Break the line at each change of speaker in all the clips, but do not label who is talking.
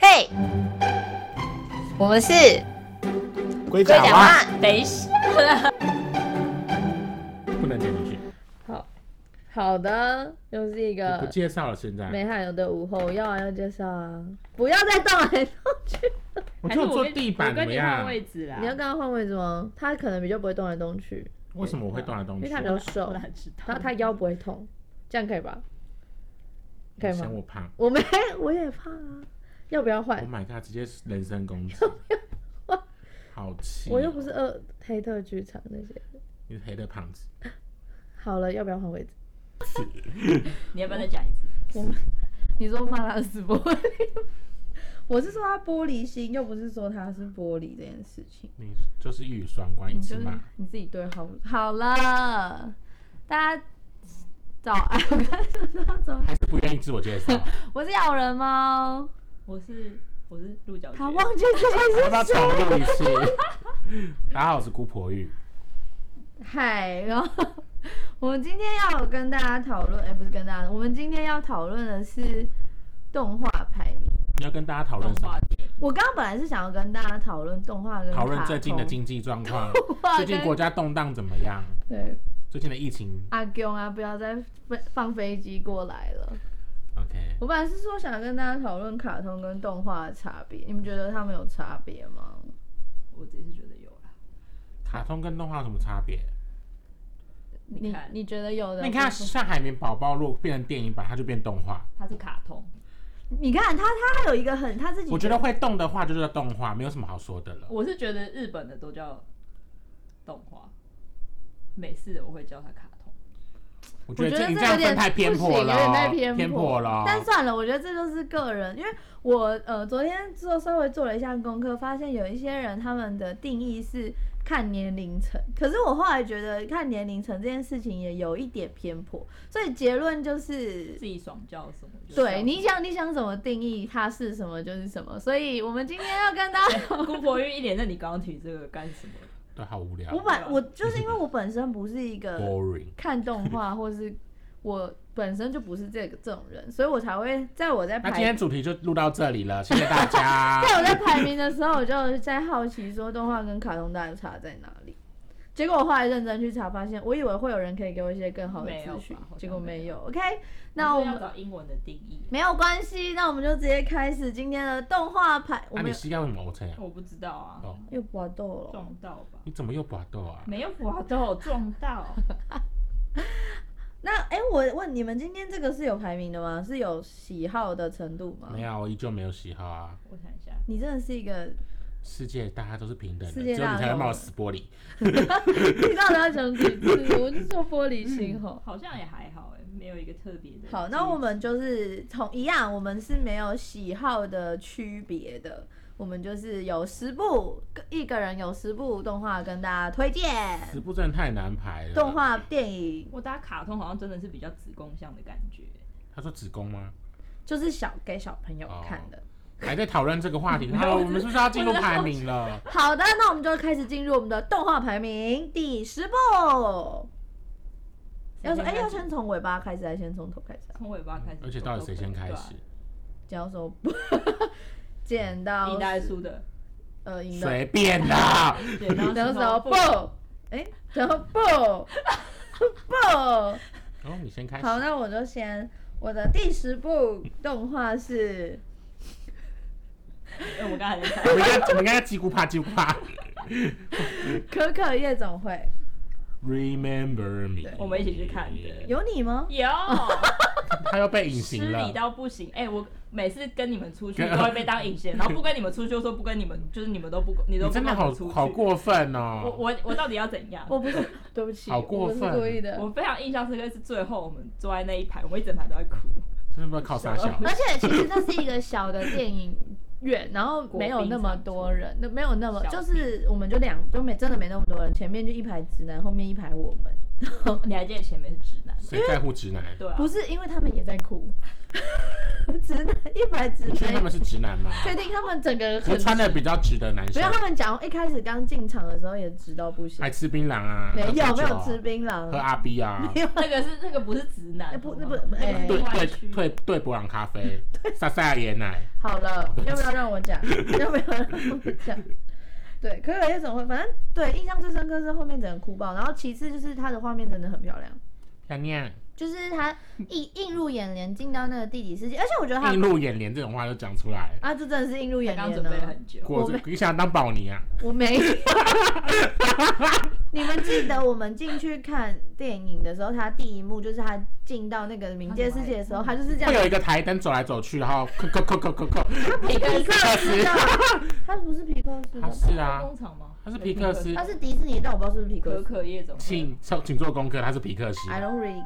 对，我们是
龟
龟
甲
甲
蛙
蛙。
等一下，
不能点进去，
好好的，又是一
你不
个
介绍了现在。
呃没汗油的午后，要啊要介绍啊，不要再动来动去。
我
还
就是有坐
跟
地板
我
怎
跟
么
你换
样？
位置啦。
你要跟他换位置吗？他可能比较不会动来动去，
为什么我会动来动
因为
去？
他比较瘦
我，哪知道？
然后他腰不会痛，这样可以 吧？可以
嫌
吗？
我胖
我没，我也怕啊。要不要换
？Oh？my god！直接人身攻击，好气！
我又不是二黑特剧场那些。
你是黑的胖子，
好了，要不要换位置？
你要不要再讲一次？
你说怕他是玻璃？ 我是说他玻璃心，又不是说他是玻璃这件事情。
你就是一语双关一
你就
次
是
嘛。
你自己对号入座。
好了，大家早安。我刚才想到早安，
还是不愿意自我介绍，
我是咬人猫，我是我是鹿角蕨。
他忘记自己
要不要重录一次？大家好，我是姑婆玉。
嗨，然后我们今天要跟大家讨论，哎、不是跟大家，我们今天要讨论的是动画排名。
你要跟大家讨论什么？
我刚刚本来是想要跟大家讨论动画跟
讨论
卡
最近的
通
经济状况，
画
最近
跟
国家动荡怎么样？
对
最近的疫情
阿公啊，不要再放放飞机过来了。
，OK，
我本来是说想跟大家讨论卡通跟动画的差别，你们觉得他们有差别吗？
我自己是觉得有啦。
卡通跟动画有什么差别？
你看，
你觉得有的？
那你看，像海绵宝宝如果变成电影版，它就变动画。
它是卡通，
你看他他还有一个很他自己，
我觉得会动的话就是叫动画，没有什么好说的了。
我是觉得日本的都叫动画，美式的我会叫它卡通。
我觉
我觉
得这
得
你
这
样
有点
分太偏
不行
颇
有
了，
点太偏
偏颇了。
但算了，我觉得这就是个人，因为我呃昨天做稍微做了一下功课，发现有一些人他们的定义是看年龄层，可是我后来觉得看年龄层这件事情也有一点偏颇，所以结论就是
自。己爽叫什么就叫什
对，
么
你想你想怎么定义它是什么就是什么，所以我们今天要跟大 家
姑婆玉一脸，那你刚刚提这个干 什么？
对，好无聊
我本我就是因为我本身不是一个
，boring。
看动画，或是我本身就不是这个这种人，所以我才会在我在
那今
排
天主题就录到这里了，谢谢大 家。
在我在排名的时候，我就在好奇说动画跟卡通到底差在哪里。结果我后来认真去查，发现我以为会有人可以给我一些更好的
没有
资
吧
讯
好，像
结果
没
没
有
有。OK，那我
你是
们
要找英文的定义，
没有关系，那我们就直接开始今天的动画排。我
那哎你
们
膝盖为什么 OK 啊？
我不知道啊，
哦，
又拔豆了。
撞到吧？
你怎么又拔豆啊？
没有滑到，撞 到。
那哎、我问你们，今天这个是有排名的吗？是有喜好的程度吗？
没。有，我依旧没有喜好啊。
我想一下，
你真的是一个，
世界大家都是平等的，
世
只有
界
你
大同
才会骂我死玻璃。
你到底要讲几次？我是说玻璃心吼。
好像也还好哎、没有一个特别的。
好，那我们就是同一样，我们是没有喜好的区别的，我们就是有十部，一个人有十部动画跟大家推荐，
十部真的太难排了。
动，画电影
我打卡通好像真的是比较子宫向的感觉、
他说子宫吗？
就是小给小朋友看的。
还在讨论这个 话题。好，我们是不是要进入排名了？
好的，那我们就开始进入我们的动画排名第十部。要说，哎、要先从尾巴开始，还是先从头开始啊？
从尾巴开始走都可以，
而且到底谁先开
对啊
始？
剪刀手不， 剪刀
你大输的，
呃，赢的
随便 啦。
剪刀
剪刀手哦不，哎、剪刀不不。
哦，你先开始。
好，那我就先我的第十部动画是
哎我刚才在
我
猜，
们应该我们应该叽咕啪叽咕啪。
《可可夜总会
Remember me，
我们一起去看的》，
有你吗？
有
他又被隐形
失礼
了。
到不行。哎、我每次跟你们出去都会被当隐形人，然后不跟你们出去，就说不跟你们，就是你们都不，你都
你
不
真的
跟我
好
出去
好。过分
我
哦！
我我到底要怎样？
我不是，对不起，
好过分
我不是故意的。
我非常印象深刻是最后我们坐在那一排，我们一整排都在哭。
真的不要靠傻笑。
而且其实那是一个小的电影院，然后没有那么多人，那没有那么
小
就是我们就两就没真的没那么多人，前面就一排直男，后面一排我们，
你还记得前面是直男？
谁在乎直男？
对啊，
不是因为他们也在哭， 直男一百直
你确定他
男
们，是直男吗？
确定他们整个
我
很
穿的比较直的男
不
生
要，他们讲一开始刚进场的时候也直到不行
还，吃槟榔啊？
没
喝
有
酒
没
啊
有吃槟榔
喝，阿 B 啊？
没有
那个是那个不是直男，
哎不
好吗
那不哎
那个
对对
是外区
对对，博朗咖啡，萨萨亚椰奶，
好了，要不要让我讲？ 要不要让我 讲？对，可可夜总会，反正对印象最深刻是后面整个哭爆，然后其次就是它的画面真的很漂亮，
漂亮。
就是它映映入眼帘，进到那个地底世界，而且我觉得它
映入眼帘这种话就讲出来，
啊，这真的是映入眼
刚
帘
准备了
了。
很久，
果子你想当宝妮啊？
我 没有。你们记得我们进去看电影的时候，他第一幕就是他进到那个冥界世界的时候，他就是这
会有
样，
一个台灯走来走去，然后扣扣扣扣扣扣，
他不是皮克斯的，他不是皮克斯
他
的，
是啊，
工厂吗？
他是皮克斯
他是迪士尼，但我不知道是不是皮克
可
斯。
可夜总会，
请请做功课，他是皮克斯。
I don't read。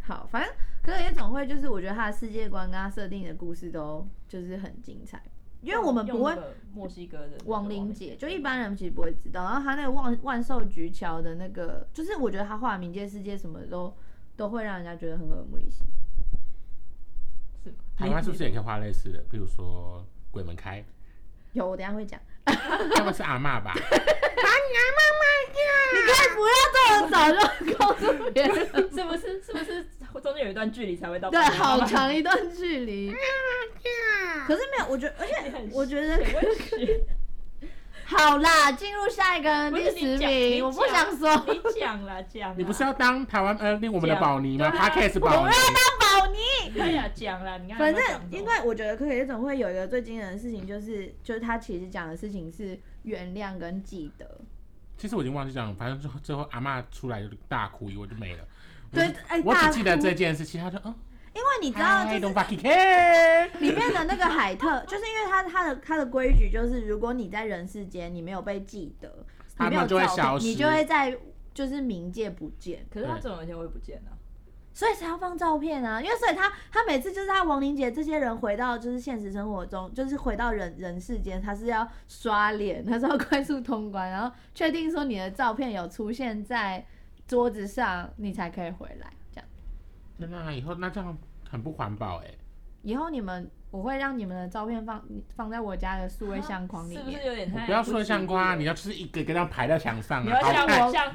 好，反正可可夜总会就是我觉得他的世界观跟他设定的故事都就是很精彩，因为我们不会
用那个墨西哥的
亡灵节，就一般人其实不会知道。然后他那个万万寿菊桥的那个，就是我觉得他画冥界世界什么都都会让人家觉得很耳目一新。
是吗？
台湾是不是也可以画类似的？比如说鬼门开，
有，我等一下会讲。
他们是阿嬷 吧？
你可以不要这么早就告诉别人，
是不是是不是中间有一段距离才会到？
对，
哦
好，长一段距离。可是没有，我觉得，而且我觉得
谁会学？
好啦，进入下一个人
不
第
是
十
你讲你
名，我不想说，我
你讲啦讲啦，
你不是要当台湾呃，那我们的
这样
宝妮吗
对啊
？Podcast
不要
宝妮，
当宝妮。
对哎呀讲啦，你看
反
他
正
讲什么
因为我觉得《科学夜总会》有一个最惊人的事情，就是就是他其实讲的事情是原谅跟记得。
其实我已经忘记讲，反正最后最后阿嬷出来就大哭一，我就没了。
对，哎，
我
大
只
哭
记得这，件事，其他就嗯，
因为你知道，
I
就是
don't fucking care。
里面的那个海特，就是因为他他的他的规矩就是，如果你在人世间你没有被记得，你
他
没有
们就会
照片
消失
你就会在就是冥界不见，
可是他总有一天会不见啊了，
所以才要放照片啊。因为所以他他每次就是他王林杰这些人回到就是现实生活中，就是回到人人世间，他是要刷脸，他是要快速通关，然后确定说你的照片有出现在桌子上，你才可以回来。这样
天哪，以后那这样很不环保哎。
以后你们我会让你们的照片放放在我家的数位相框里
是不
面
是。有点
我
太
不要说相框啊，
不
你
吉利了
要就是一个一个这样排在墙上
你
啊，
要
好
像
看。
我像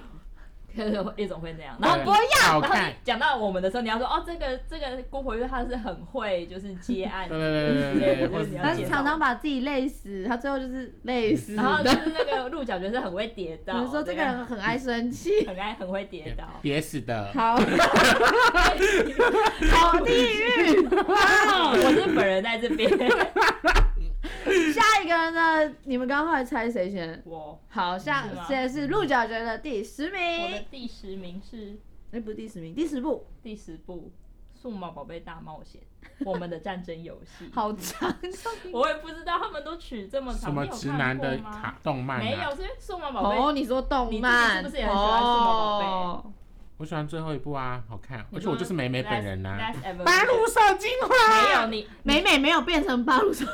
可能 夜总会那样，然
对
后
不要
好
然后
看
你。讲到我们的时候，你要说哦，这个这个郭婆月她是很会就是接 案
对，对对对对，或者
但
了
是
解
常常把自己累死，他最后就是累死
然后就
的。
是那个鹿角角是很会跌
比
倒，
如说这个人很爱生
对
气，
很爱很会跌 倒，
别死的。
好，好地狱。
哦
哇我是本人在这边，
下一个人呢？你们刚刚后来猜谁先？
我
好，下
是吗
现在是鹿角蕨的第十
我的
名，
第十名是
哎，不是第十名，第十部，
第十部《数码宝贝大冒险》，我们的战争游戏。
好长。
我也不知道他们都取这么
什
长，
么
你有
直
看
男的
过吗
卡动漫
没有，
啊？
是因为数码宝贝
哦，你说动漫，
你自己是不是也很喜欢数码宝贝
哦
我喜欢最后一部啊，好看，
你
而且我就是美美本人啊呐、
Last- Last Evolution
白鹿手精
没
华，
有你，
美 美没有变成八路兽。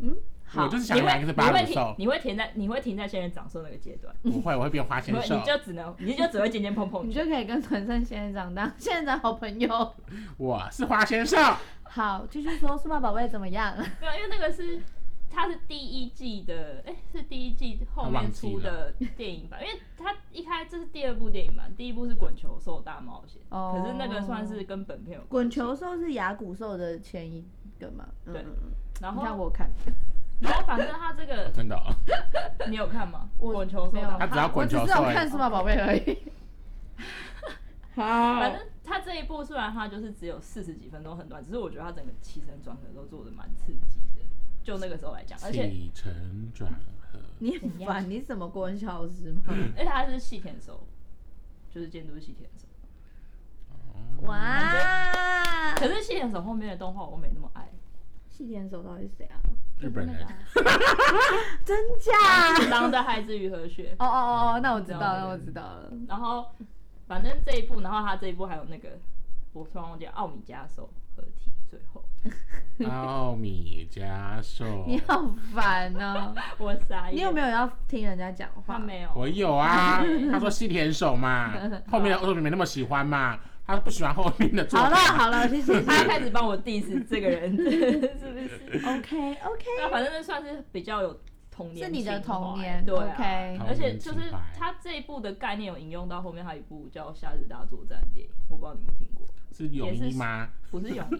嗯，好
我就，是想
你
两
会
个是
你
八
会
路
停
兽，，
你会停在你会停在仙人掌兽那个阶段，
不会，我会变花
你
仙
会
兽
你，就只能你就只会尖尖碰 碰
你，就可以跟纯正仙人掌当仙人掌好朋友。
我是花仙兽，
好，继续说数码宝贝怎么样？
没有，因为那个是它是第一季的，哎、是第一季后面出的电影版，因为它一开这是第二部电影版，第一部是滚球兽大冒险，
哦
可是那个算是跟本片有关
滚
系
球，兽是牙骨兽的前一个嘛？嗯，
对
嗯
然
嗯你看
后
我看，
然后反正它这个
真的、哦，
你有看吗？
我
滚球兽
没有
大冒
他
险
只要
我
滚
只
球
是
兽
有看
而已，
数码宝贝而已。 好
反正它这一部虽然它就是只有四十几分钟很短，只是我觉得它整个起承转合都做的蛮刺激的，就那个时候来讲，而且
起承转合，
你很烦，你怎么国文小老师吗？
而且它是细田守，就是监督细田守。
哇，
可是细田守后面的动画我没那么爱，
细田守到底是谁啊？
日本人，
真假？
当的害之于和雪，
哦哦哦哦，那我知道，
知道
那我知道了。
然后反正这一部，然后他这一部还有那个我突然忘记了奥米加手，合体，最后
奥米加寿，
你好烦 哦、
我傻眼。
你有没
有？
有要听人家讲话？
他没
我
有，
有啊。他说细田守嘛，后面的作品没那么喜欢嘛，他不喜欢后面的作
好
品
了。好了，谢谢。
他开始帮我 diss 这个人，是不 是？
OK OK，
那反正那算是比较有童年情
是
怀，
你的童年
对啊
OK
而且就
童年
是
情怀
他这一部的概念有引用到后面，还有一部叫《夏日大作战》电影，我不知道你有没有听过。
是泳衣吗？
不是 泳衣，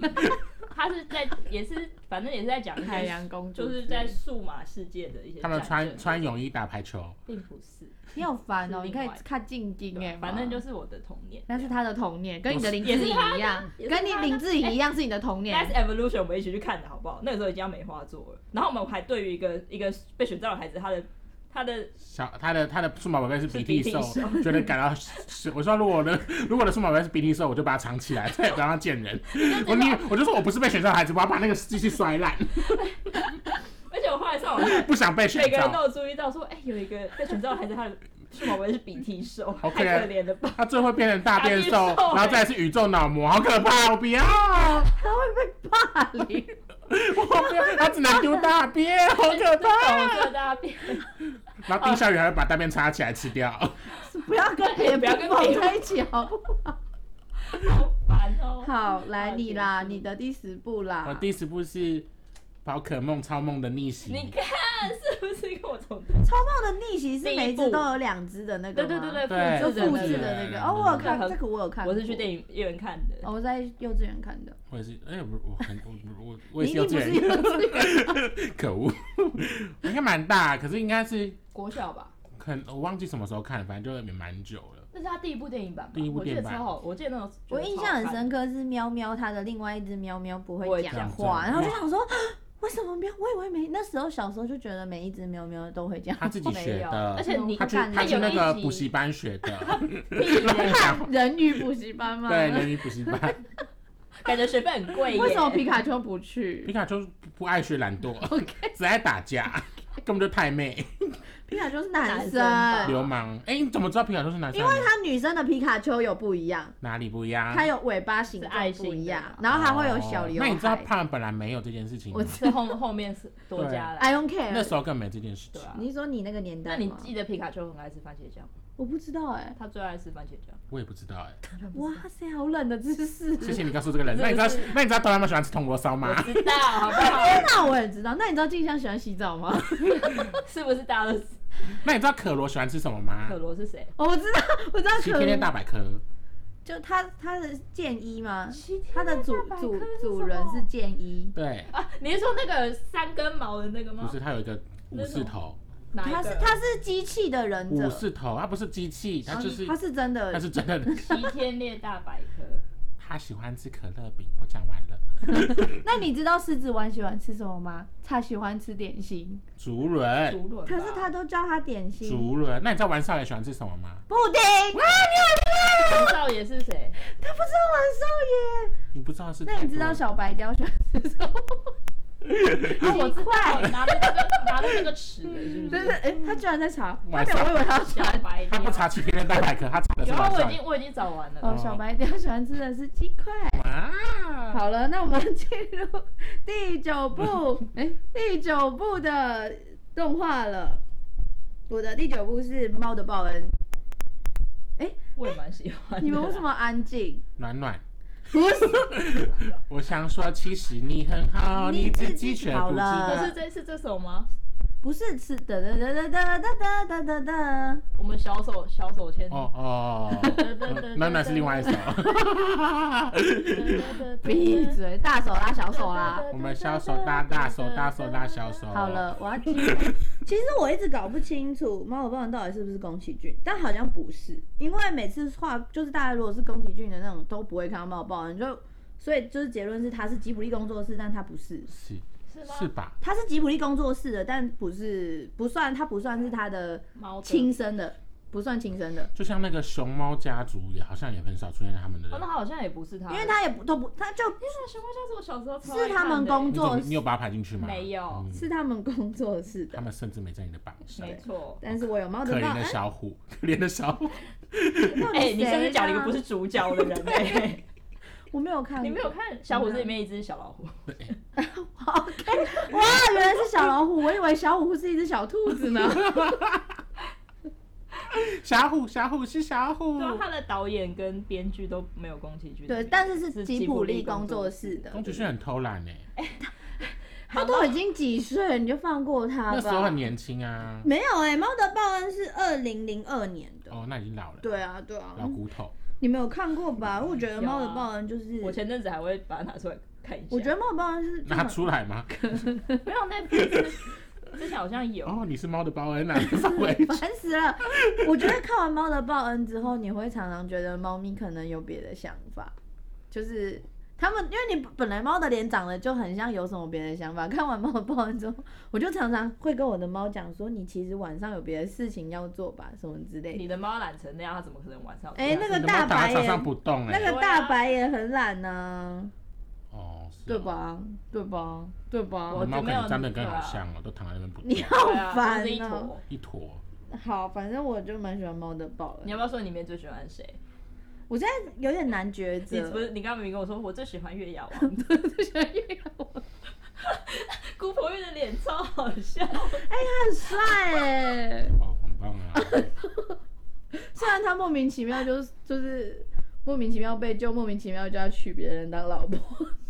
他是在也是反正也是在讲一些
海洋公主
就是在数码世界的一些
他们
战
穿
争
穿，泳衣打排球，
并不是，
你好烦哦、
是
你
另
可
外啊
以看进京哎，
反正就是我的童年。
那是他的童年，跟你的林
也
志
是
颖
他的
一样，
也是
跟你
他的
林志颖一样是你的童
但是
年。
Evolution 我们一起去看的好不好？那个时候已经要梅花座了，然后我们还对于一个一个被选中的孩子，他的他的
小 他的他的数码宝贝是鼻涕兽
是鼻，
觉得感到是 我说如果我的如果我的数码宝贝是鼻涕兽，我就把它藏起来， 再也不要让它见人。我你我就说我不是被选上的孩子，我要把那个机器摔烂，
而且我后来上网看，
不想被选
每个人都
上。
有注意到说，哎、有一个被选中的孩子，他的数码文是鼻涕兽，
好可
太
怜
可怜了吧？
他最后变成大变兽，
大变兽
然后再来是宇宙脑膜，好可怕！我不要，
他会被霸凌，
我不要，他只能丢大便，好可怕！
懂这大便，
然后丁小雨还会把大便插起来吃掉。
不要跟别人
不要跟别人
碰在一起好 不好？
好烦哦、
好，来
好
你啦，
结束
你的第十部
我
啦。
第十部是宝可梦超梦的逆袭，
你看是不是跟我重叠？
超梦的逆袭是每一
第一
只
部
都有两只的那个
对
吗，
对对
对
就
复制的
复
那
制
个，
的那
对
个。哦，我有
对
看
很
这个，我有看过，
我是去电影院看的。
哦，我在幼稚园看的。
我也是，哎、我我很我我我
你一
也是幼
定
稚
不是幼
园，
稚 园，
可恶，我应该蛮大，可是应该是
国小吧，
很我忘记什么时候看，反正就也蛮久了。
那是他第一部电影版吧？
第一部
我记
电
得
影版
超好，我记得那种
我印象很深刻是喵喵，它的另外一只喵喵不
不
会
会
讲
讲
话，
话
然后就想说，啊为什么喵？我以为每那时候小时候就觉得每一只喵喵都会讲
他自己学
没有，
的，
而且你
他去
看
他
有
去那个
一集
补习班学的，
话。 人鱼补习班吗？
对，人鱼补习班。
感觉学费很贵耶。
为什么皮卡丘不去
皮？卡丘不爱学懒 惰，只爱打架，根本就太妹
皮卡丘是
男
男
生吧
生，
流氓。哎、你怎么知道皮卡丘是男生？
因为它女生的皮卡丘有不一样，
哪里不一样？
它有尾巴形
是爱
状
心
不
的
一样
嘛，
然后还会有小刘
哦
海。
那你知道胖本来没有这件事情吗
我？知
是后后面是多加了。
I don't
那
care。
时候更没这件事情
对。啊，
你是说你那个年
那
代
你
吗？
记得皮卡丘很爱吃番茄酱吗？
我不知道哎。
他最爱吃番茄酱。
我也不知道哎、
哇塞，好冷的姿势！
谢谢你告诉这 个人。
这
那
个
你知道
是
那你知道哆啦 A 梦喜欢吃铜锣烧
我
吗？
知道，好不好？
天哪，我也知道。那你知道静香喜欢洗澡吗？
是不是大家都知
那你知道可罗喜欢吃什么吗
可？罗是谁？
哦我知道，我知道
吃
可
天天大
能
百科。
就他他的建一吗？他
他
的主主主人是建一，
对，
啊？你是说那个三根毛的那个
不
吗
是？它有一个武士头，
哪一
他
个？
是他是机器的忍
武
者，
士头，它不是机器，它就是
他是真的
它是真的。
齐天烈大百科，
他喜欢吃可乐饼，我讲完了。
那你知道狮子丸喜欢吃什么吗？它喜欢吃点心，
竹轮，
竹轮吧。
可是他都叫它点心。
竹轮。那你知道玩少爷喜欢吃什么吗？
布丁，哇，你好厉害！
王少爷是谁？
他不知道玩少爷，
你不知道是？
那你知道？小白雕喜欢吃什 么？
啊，我知道
快
拿着这个拿着这个尺的，是不？
就是是，哎，他居然在查，他
晚
没
上
有，我以为他喜
小
欢。
白
他
雕
不。查去天天大百科，他查的是
然
玩
后我
少
已
爷
啊
经。我已经找完了。
哦，小白雕喜欢吃的是鸡块。
啊，
好了，那我们进入第九部， 哎、第九部的动画了。我的第九部是《猫的报恩
我也蛮喜》，欢的。
你们为什么安静？
暖暖。
不是，
我想说，其实你很好，
你
你
自己
自己却
好
不知
了
不
道
是。这是这首吗？
不是吃哒哒哒哒哒哒哒哒 哒。
我们小手小手牵。
哦哦， 暖暖是另外一首。
闭嘴，大手拉小手啦。
我们小手搭大手，大手搭小手。
好，
哦
了，我要继续。 其实我一直搞不清楚猫的报恩到底是不是宫崎骏，但好像不是，因为每次画就是大家如果是宫崎骏的那种都不会看到猫的报恩，就所以就是结论是它是吉卜力工作室，但它不是。
是
是吗？
是吧？
它是吉卜力工作室的，但不是不算，它不算是它的
猫的
亲生的，不算亲生的，
就像那个熊猫家族也好像也很少出现他们的
哦，
人
那。好像也不是他，
因为它也不都不，它就
那熊猫家族我小时候超爱
是他
看
们
的
工
你怎么
作
你有把它排进去吗？
没有
嗯
是他们工作室
他
的，
们甚至没在你的榜上。
没错。
但是我有猫的
可
报
怜
恩
的，小虎，可怜的小虎，
到底
哎，你
谁
甚至讲了一个
啦
不是主角的人哎，
我没有看过，
你没有看《小虎》这里面一只小老虎，
哇，原来是小老虎，我以为小虎是一只小兔子呢。
小虎，小虎是小虎
对。啊，他的导演跟编剧都没有宫崎骏的
对，
名字。
但是是
是
吉
吉
卜
卜
力
力
工
工
作
作
室
室
的
的，
宫崎骏很偷懒呢，欸
哎他都已经几岁了，你就放过他
那时候
吧
很。年轻啊。
没有哎、猫的报恩》是二零零二年的。
哦，那已经老了。
对啊，对啊，
老骨头。
你没有看过吧？我觉得《
有啊
猫的报恩》就是，
我前阵子还会把它拿出来看一下。
我觉得《猫的报恩》是
那他出来
嗯
吗？
没有那片是之前好像有，
哦，你是猫的报恩啊，你放回去。
烦死了！我觉得看完《猫的报恩》之后，你会常常觉得猫咪可能有别的想法，就是他们，因为你本来猫的脸长得就很像有什么别的想法。看完《猫的报恩》之后，我就常常会跟我的猫讲说：“你其实晚上有别的事情要做吧，什么之类的。
你的猫懒成那样，它怎么可能晚上？”
哎、那个
你的
大
猫打
白
在床上
眼，
不动
那
哎。
个大白眼很懒呐、
哦，是哦
对？吧？对吧？对啊吧？
我的猫
我
可
没有
能长得跟
对啊
好像哦，都躺在那边不
你
动，
好
对啊
烦
就是一
哦、
坨。
一坨。
好，反正我就蛮喜欢猫的报恩。
你要不要说你里面最喜欢谁？
我现在有点难抉
你
择，
不是你刚刚明明跟我说我最喜欢月 牙王，最喜欢月牙王。姑婆玉的脸超好 笑，
他很帅哎、
哦，很棒啊！
虽然他莫名其妙就是就是莫名其妙被救，莫名其妙就要娶别人当老婆，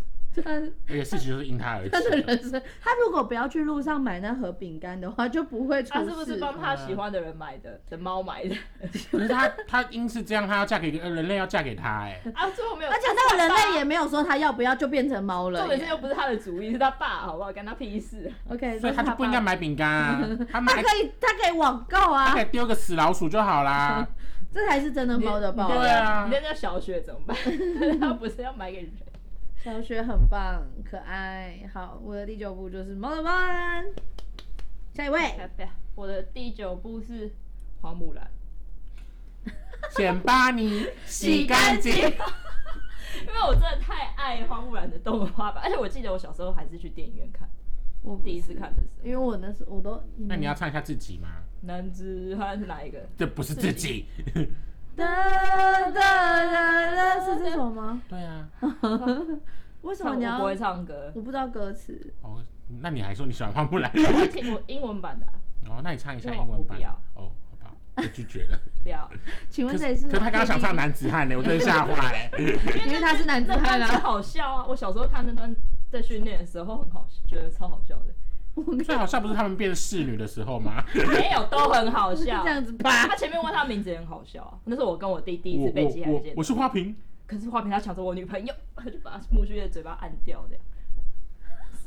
他
而且事情就是因他而起
他的
的。
人生，他如果不要去路上买那盒饼干的话，就不会出
他
事。
啊是不是帮他喜欢的人买
啊
的？的猫买 的？
可是他他因是这样，他要嫁给一个呃人类要嫁给他哎。
啊，最后没有。
而且那个人类也没有说他要不要，就变成猫了耶。
重点是又不是他的主意，是他爸，好不好？干他屁事！
OK，
所以
这
他
是
就
他
不应该
爸
买饼干啊，他
爸。他
买
可以，他可以网购
他
啊
可，以丢个死老鼠就好啦。
这才是真的猫的报
你
恩。
对啊
你在那小学怎么 办？他不是要买给人？
小雪很棒，可爱。好，我的第九部就是猫的报恩。下一位，
我的第九部是花木兰，
先把你洗干净。
因为我真的太爱花木兰的动画版，而且我记得我小时候还是去电影院看，
我
第一次看的时候。
因为我那时候我都
那你要唱一下自己吗？
男子汉是哪一个？
这不是自己。
哒哒哒哒是这首吗？
对啊，
为什么
唱
你要？
我不会唱歌，
我不知道歌词。
哦，那你还说你喜欢花木兰？
我要听我英文版的啊、
哦，那你唱一下
因为
英文
我不
版
要。
哦，好吧，我拒绝了。
不要，
请问
可
谁
是
是？
可是他刚刚想唱男子汉呢，我真的吓坏 了。
因为他是男子
那
汉
段就
啊。
好笑啊！我小时候看那段在训练的时候很好，觉得超好笑的，
最好笑不是他们变侍女的时候吗？
没有都很好
是
笑
这。样子吧？
他前面问他名字也很好笑啊，那是我跟我弟第一
我
次被
我
鸡
我
汉奸
我，是花瓶，
可是花瓶他抢走我女朋友，他就把木须的嘴巴按掉的。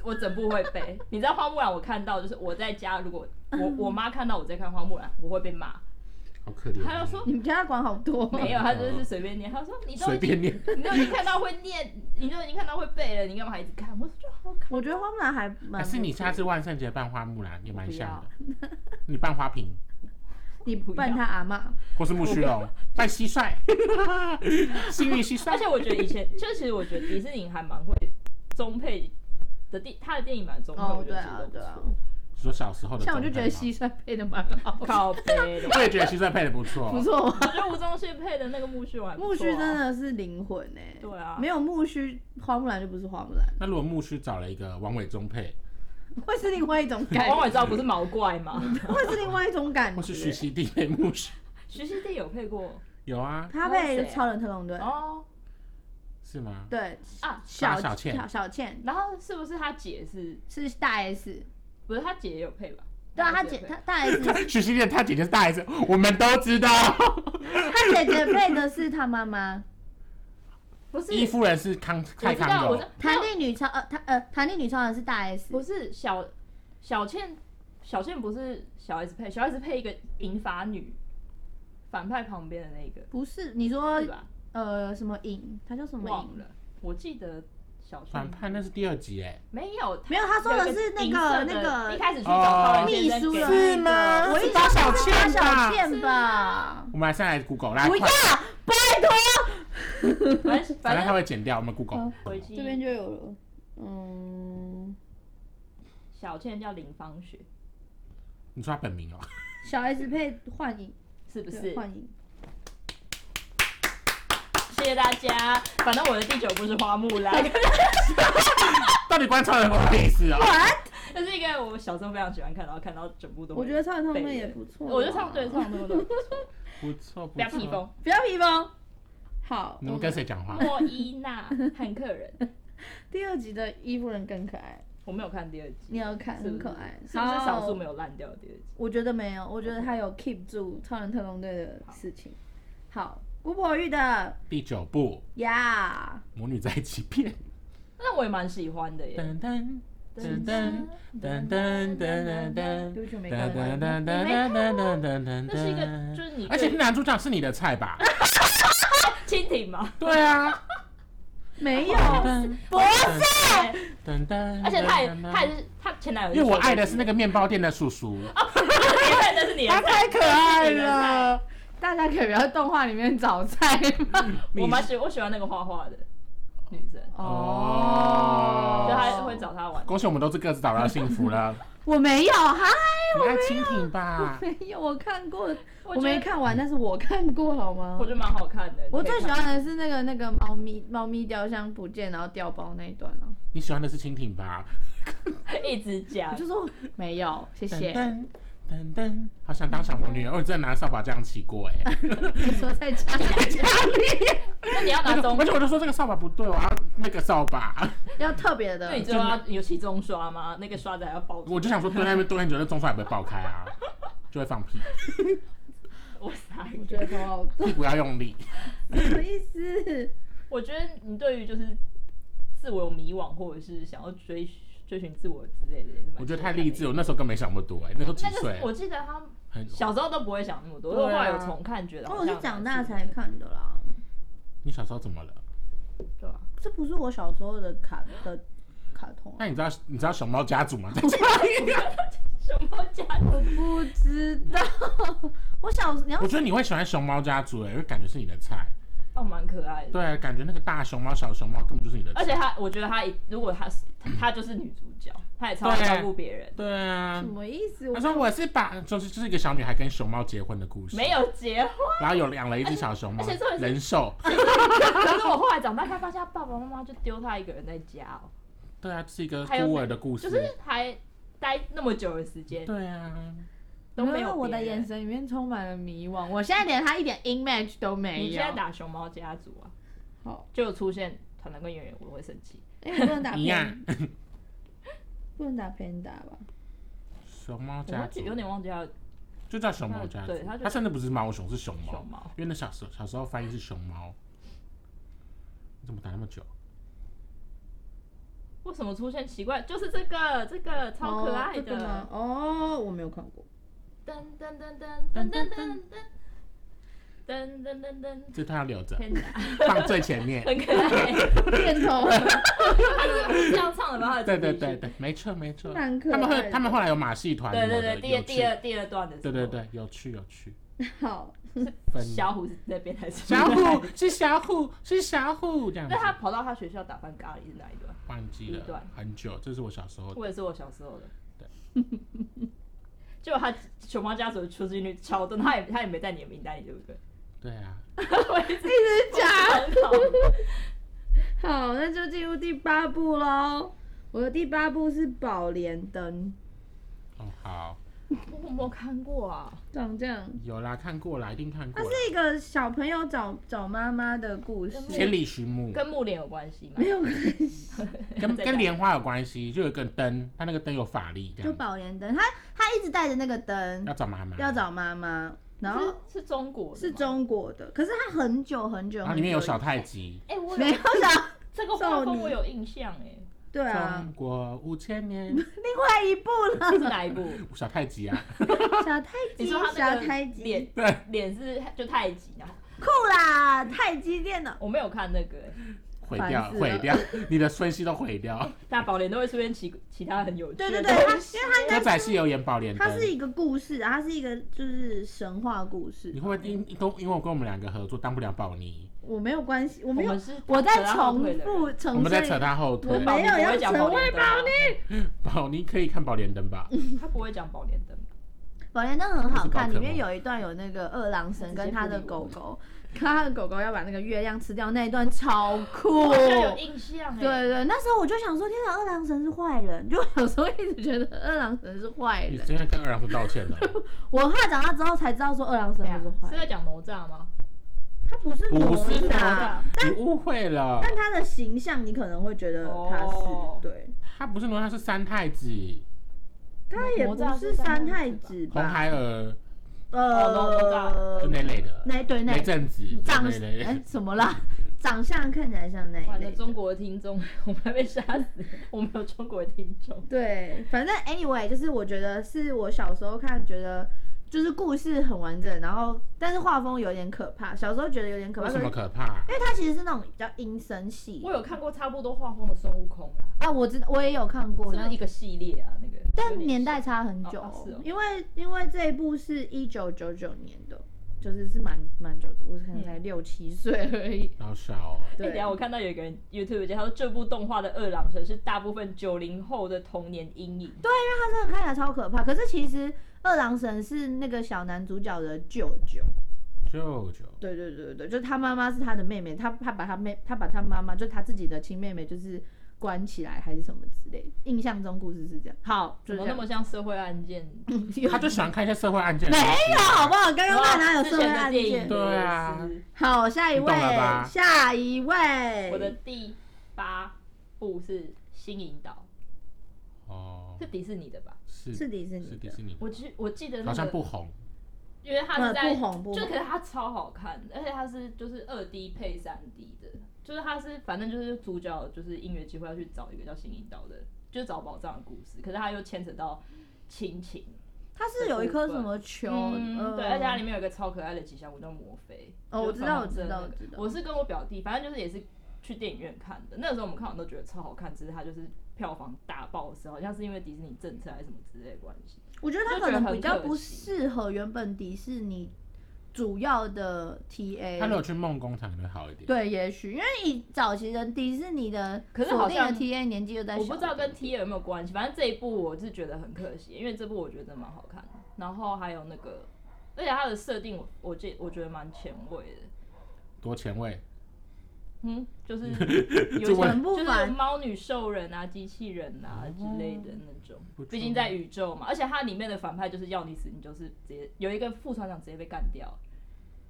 我整部会 背，你知道花木兰，我看到就是我在家，如果我
嗯
我妈看到我在看花木兰，我会被骂。
好可怜。哦
他就说
你们家管好多。
没有，他就是随便念，他说你都
随
已经
便念，
你都已经看到会念，你都已经看到会背了，你干嘛还一直看？我说就好看。
我觉得花木兰还蛮。
还哎是你下次万圣节扮花木兰也蛮像的
我，
你扮花瓶，
你扮他阿妈，
或是木须龙，扮蟋蟀，幸运蟋
而
蟀。
且我觉得以前，就其实我觉得迪士尼还蛮会中配的电，他的电影蛮中配，
哦
我觉
对
得其实
啊
都不
对啊
错。，
你说小时候的，
像我就觉得，蟋蟀配的蛮好，
靠
啊
背的，
我也觉得蟋蟀配的不错，
不错吧？
我觉得吴宗宪配的那个木须我还不错啊
木须真，的是灵魂哎，
对啊
没有木须，花木兰就不是花木兰，
那如果木须找了一个王伟忠配，
会是另外一种 感
王
觉，
伟照不是毛怪吗？
会是另外一种感觉。
或是徐熙娣配木须，
徐熙娣有配过
有啊，
他
那
被
是谁啊
超人特工队，
哦
是吗？
对，
啊，
小
小倩
小小倩
然后是不是他姐是？
是大 S，
不是他姐也有配吧？
对啊，他
姐
姐
有配
他大 S，
徐熙娣她姐姐是大 S，我们都知道。
他姐姐配的是他妈 妈，
不是
伊夫人是康蔡
我知
康
道，我知
永
道，
弹力女超呃，她呃，弹力女超人是大 S，
不是小小倩，小倩不是小 S 配，小 S 配一个银发女，反派旁边的那个，
不是你说
对吧？
呃什么影，她叫什么
忘
影？
了，我记得小倩
反派，那是第二集哎，
没有，
没有，她说的
有一
是那
银色
个
的
那个
一开始去
哦
找超人
秘书啊的
的
那个我
是
一
八小
是
倩
八
吧
小倩吧？
我们还是来 Google 来，
不要
快，
拜托，
反正
反正
反
他
正
会剪掉，我们 Google
回去
这边就有了，嗯，
小倩叫林芳雪，
你说他本名哦，
小 S 配幻影，
是不
对
是？
幻影。
谢谢大家。反正我的第九部是花木兰，
到底关超人关我屁事啊？
这是一个我小时候非常喜欢看，然后看到整部都会
我觉得超人他
背
们也
的
不错啊，
我就唱对唱那 么多，
不错
不
不
要披
错，
风。
不要披风。好，
你们跟谁讲话？
莫伊娜汉克人，
第二集的伊夫人更可爱，
我没有看第二集，
你要看
是不
很
是
可爱，
是不是少数
好
没有烂掉的第二集？
我觉得没有，我觉得他有 keep 住超人特工队的事情。好，古柏玉的
第九部
呀
《母女在一起变》。
那我也蛮喜欢的耶。
噔噔噔噔噔噔噔噔噔。
对不起我没
噔
看
噔
完。
噔噔噔噔噔噔
那是一个，就是你
而且男主角是你的菜吧？
蜻蜓嘛，
对啊，
没有，
不
对
噔噔，
而且 他也他也是他前男友，
因为我爱 的是那个面包店的叔叔，
别人的是你的
他太
菜，
可爱了。
大家可以不要动画里面找菜吗？
你
我蛮喜我喜欢那个画画的女生，
哦
就他会找他玩。
恭喜我们都是各自找到幸福了。
我没有哈，
你爱蜻蜓吧？
没有，我看过，
我
我
觉得
没看完，但是我看过好吗
我？觉得蛮好看的。
我最喜
你可以看，
欢的是那个那个猫咪猫咪雕像不见，然后掉包那一段哦、
你喜欢的是蜻蜓吧？
一直
我
讲，
就说没有，谢
噔
谢。
噔噔噔，好想当小魔女，我真的拿扫把这样骑过哎。
你说在家里
那你要拿中
而，且我就说这个扫把不对，我要那个扫把。
要特别的
那，你就要有其中刷吗？那个刷子还要包住。
我就想说蹲在那边蹲很久，那中刷也不会爆开啊，就会放屁，
我傻
我
眼。
觉得很好，
屁股要用力。
什么意思？
我觉得你对于就是自我迷惘，或者是想要追追寻自我之类的，也是蛮
我觉得太
喜欢看的
励志了，我那时候根本没想那么多哎、那时候几
那个
岁
是？我记得他
很，
小时候都不会想那么多，
对啊
我后来有重看，觉得好
我
像
是长大才看的啦，
你小时候怎么了？
对啊，
这不是我小时候的卡的卡通啊、
那你知道你知道熊猫家族吗？
什么家
我不知道。我小你要
我觉得你会喜欢熊猫家族哎、因为感觉是你的菜。
哦，蛮可爱的。
对，啊感觉那个大熊猫、小熊猫根本就是你的
而
菜。
且她，我觉得她一如果她是她就是女主角，她也超会
对
照顾别人，
对啊
什，么意思？
他说我是把就是就是一个小女孩跟熊猫结婚的故事，
没，有结婚。
然后有养了一只小熊猫
而且重点，是
人兽。
可是我后来长大才发现，她爸爸妈妈就丢她一个人在家哦，
对啊，是一个
还有
孤儿的故事。
就是还待那么久的时间
对啊，
都没有
有，我的
别人
眼。神里面充满了迷惘。我现在连他一点 image 都没
你
有
现在。打熊猫家族啊，
好，
就有出现团团跟圆圆，我会生气。
哎、我不能打
一样
偏，不能打偏打吧？
熊猫
我
家
忘记
族
有点忘记她
就叫熊猫家族
对它，就
它甚至不是猫熊，是熊猫
熊。猫。
因为那小时候小时候翻译是熊猫。你怎么打那么 久？
为什么出现奇怪？就是这个，这个超可爱
哦这个吗
的。
哦，我没有看过。
噔噔噔噔噔噔噔噔噔噔噔噔，
这段要留着，
天哪，
放最前 面。
很可爱。
片头
他是这样唱的吗？
对对对 对，没错没 错。
蛮可
他们
爱
会，
的
他们后来有马戏团什
对
么
对
的，
对，第二
有
第
趣。
二第二段的。
对对，对，有趣有趣。
好，
分
小虎是那边还是？
小虎 是小虎是小虎这样子
那，他跑到他学校打翻咖喱是哪一段？
忘记
一段
了很久，这是我小时候的。
我也是我小时候的。对。 结果他熊猫家族出进去超多，他也他也没在你的名单里，对不 对？
对啊，
真的
好，那就进入第八部喽。我的第八部是《宝莲灯
哦好，
我没有看过啊。》，
长这样。
有啦，看过啦，一定看过
它
啦。
是一个小朋友找找妈妈的故事，
千里寻母
跟木莲有关系吗
没？有关系。
跟
在
跟
讲
莲花有关系，就有一个灯，它那个灯有法力这
就
样子，
宝莲灯，他他一直带着那个灯
要找妈妈。
要找妈妈，然后
是是中国的
是
吗。
中国的，可是他很久很久，
然后里面有
很久
小太极。
哎、我
没
有
有小
这个画风我有印象哎、
对啊
中，国五千年，
另外一部了，
是哪一部？
小太极啊，
小太
你
极，
说他
小
那
太
个
极，
脸
对，
脸是就太极，然后
酷啦，太极电脑，
我没有看那个、欸，
毁掉
烦死了
毁掉，你的孙系都毁 掉。
大宝莲都会出现其其他很有趣的
对对
东
对，他
西。
因为
歌仔戏有演宝莲
他它是
灯，
一个故事啊，它是一个就是神话故
你
事，
会不会因都因为我跟我们两个合作当不了宝妮，
我没有关系，我没
我
有
们是
我在
扯到后
重
腿的人
复
我
重
们在
申
扯他后
我
腿。
没有要
讲
成
宝
为
莲灯啊，
宝妮可以看宝莲 灯吧？
他不会讲宝莲灯，
宝莲灯很好看，
这是宝可梦
里面有一段有那个二郎神跟他的狗狗，看他的狗狗要把那个月亮吃掉那一段超酷
我。好像有印象哎、
哦对对，那时候我就想说，天啊哪，二郎神是坏人，就有时候一直觉得二郎神是坏
你
人。
真的跟二郎神 道歉了？
我后来长大之后才知道说二郎神
对啊
不是坏
是
人，
在讲哪吒吗？
他不是
不是
魔
哪
啊，
你误会了，
但他的形象你可能会觉得他是、
哦
对，
他不是哪吒，他是三太子
他也
哪
不
吒
是
是
三
三
太
太
子
子
红
吧？
孩儿，
呃，
就那类的，
那对那
那阵子就
长
那类
哎
的。
什么啦？长相看起来像那一
完
类
了，
的
中国的听众，我们还被杀死， 我们有中国的听众。
对，反正 anyway，就是我觉得是我小时候看觉得就是故事很完整，然后但是画风有点可怕，小时候觉得有点可怕，可
为什
是
么可怕？
因为它其实是那种比较阴森系
我有看过差不多画风的孙悟空啦，
啊，我知道我也有看过，
是不
但
是一个系列啊？那个，有
但
点
年代差很久，
哦哦是哦
因为因为这一部是一九九九年的，就是是蛮蛮久的，我可能才六七岁而已。
老少哦，
哎、
对，
等一下我看到有一个人 YouTube 介绍说，这部动画的二郎神是大部分九零后的童年阴影。对，
他真的看起来超可怕，可是其实二郎神是那个小男主角的舅舅。
舅舅，
对对对对对，就他妈妈是他的妹妹，他他把他妹，他把他妈妈，就他自己的亲妹妹，就是关起来还是什么之类的。印象中故事是这样。好，就
怎
是这
么那
样
么像社会案件？
他就喜欢看一些社会案件。
没有，好不好？刚刚那哪有社会案
之前
件
的电影？
对啊
我也是
好，下一
你
位
懂了吧，
下一位，
我的第八部是《新引导
哦》，
是，迪士尼的吧？
是
是迪士尼的
是迪士尼的，
我记我记得那个
好像不红，
因为它
呃
是在、
不红不
就可
红，
是它超好看，而且它是就是二 D 配三 D 的，就是它是反正就是主角就是音乐机会要去找一个叫新引导的，就是找宝藏的故事，可是它又牵扯到亲情。
它是有一颗什么球，
嗯，
呃
对，而且它里面有一个超可爱的吉祥物叫摩飞。
哦
就是
我知道我
方正
知道我
那个
知道
我是跟我表弟，反正就是也是去电影院看的。那个时候我们看完都觉得超好看，只是它就是票房大爆死，好像是因为迪士尼政策还是什么之类的关系。
我觉得它
就
可
觉得
能
很
比较
可
不
惜
适合原本迪士尼主要的
他如果
TA。
去梦工厂可能会好一点。
对，也许因为以早期的迪士尼的
可是
锁
好
定的
像
TA 年纪就在小
我
一
不
点，
知道跟 T 有没有关系，反正这一部我是觉得很可惜，因为这部我觉得真的蛮好看的。然后还有那个，而且它的设定我我记我觉得蛮前卫的，
多前卫，
嗯，就是 有一些
很不
就是
凡
猫女兽人啊、机器人啊之类的那种
哦不。错
毕竟在宇宙嘛，而且它里面的反派就是要你死，你就是直接有一个副船长直接被干掉，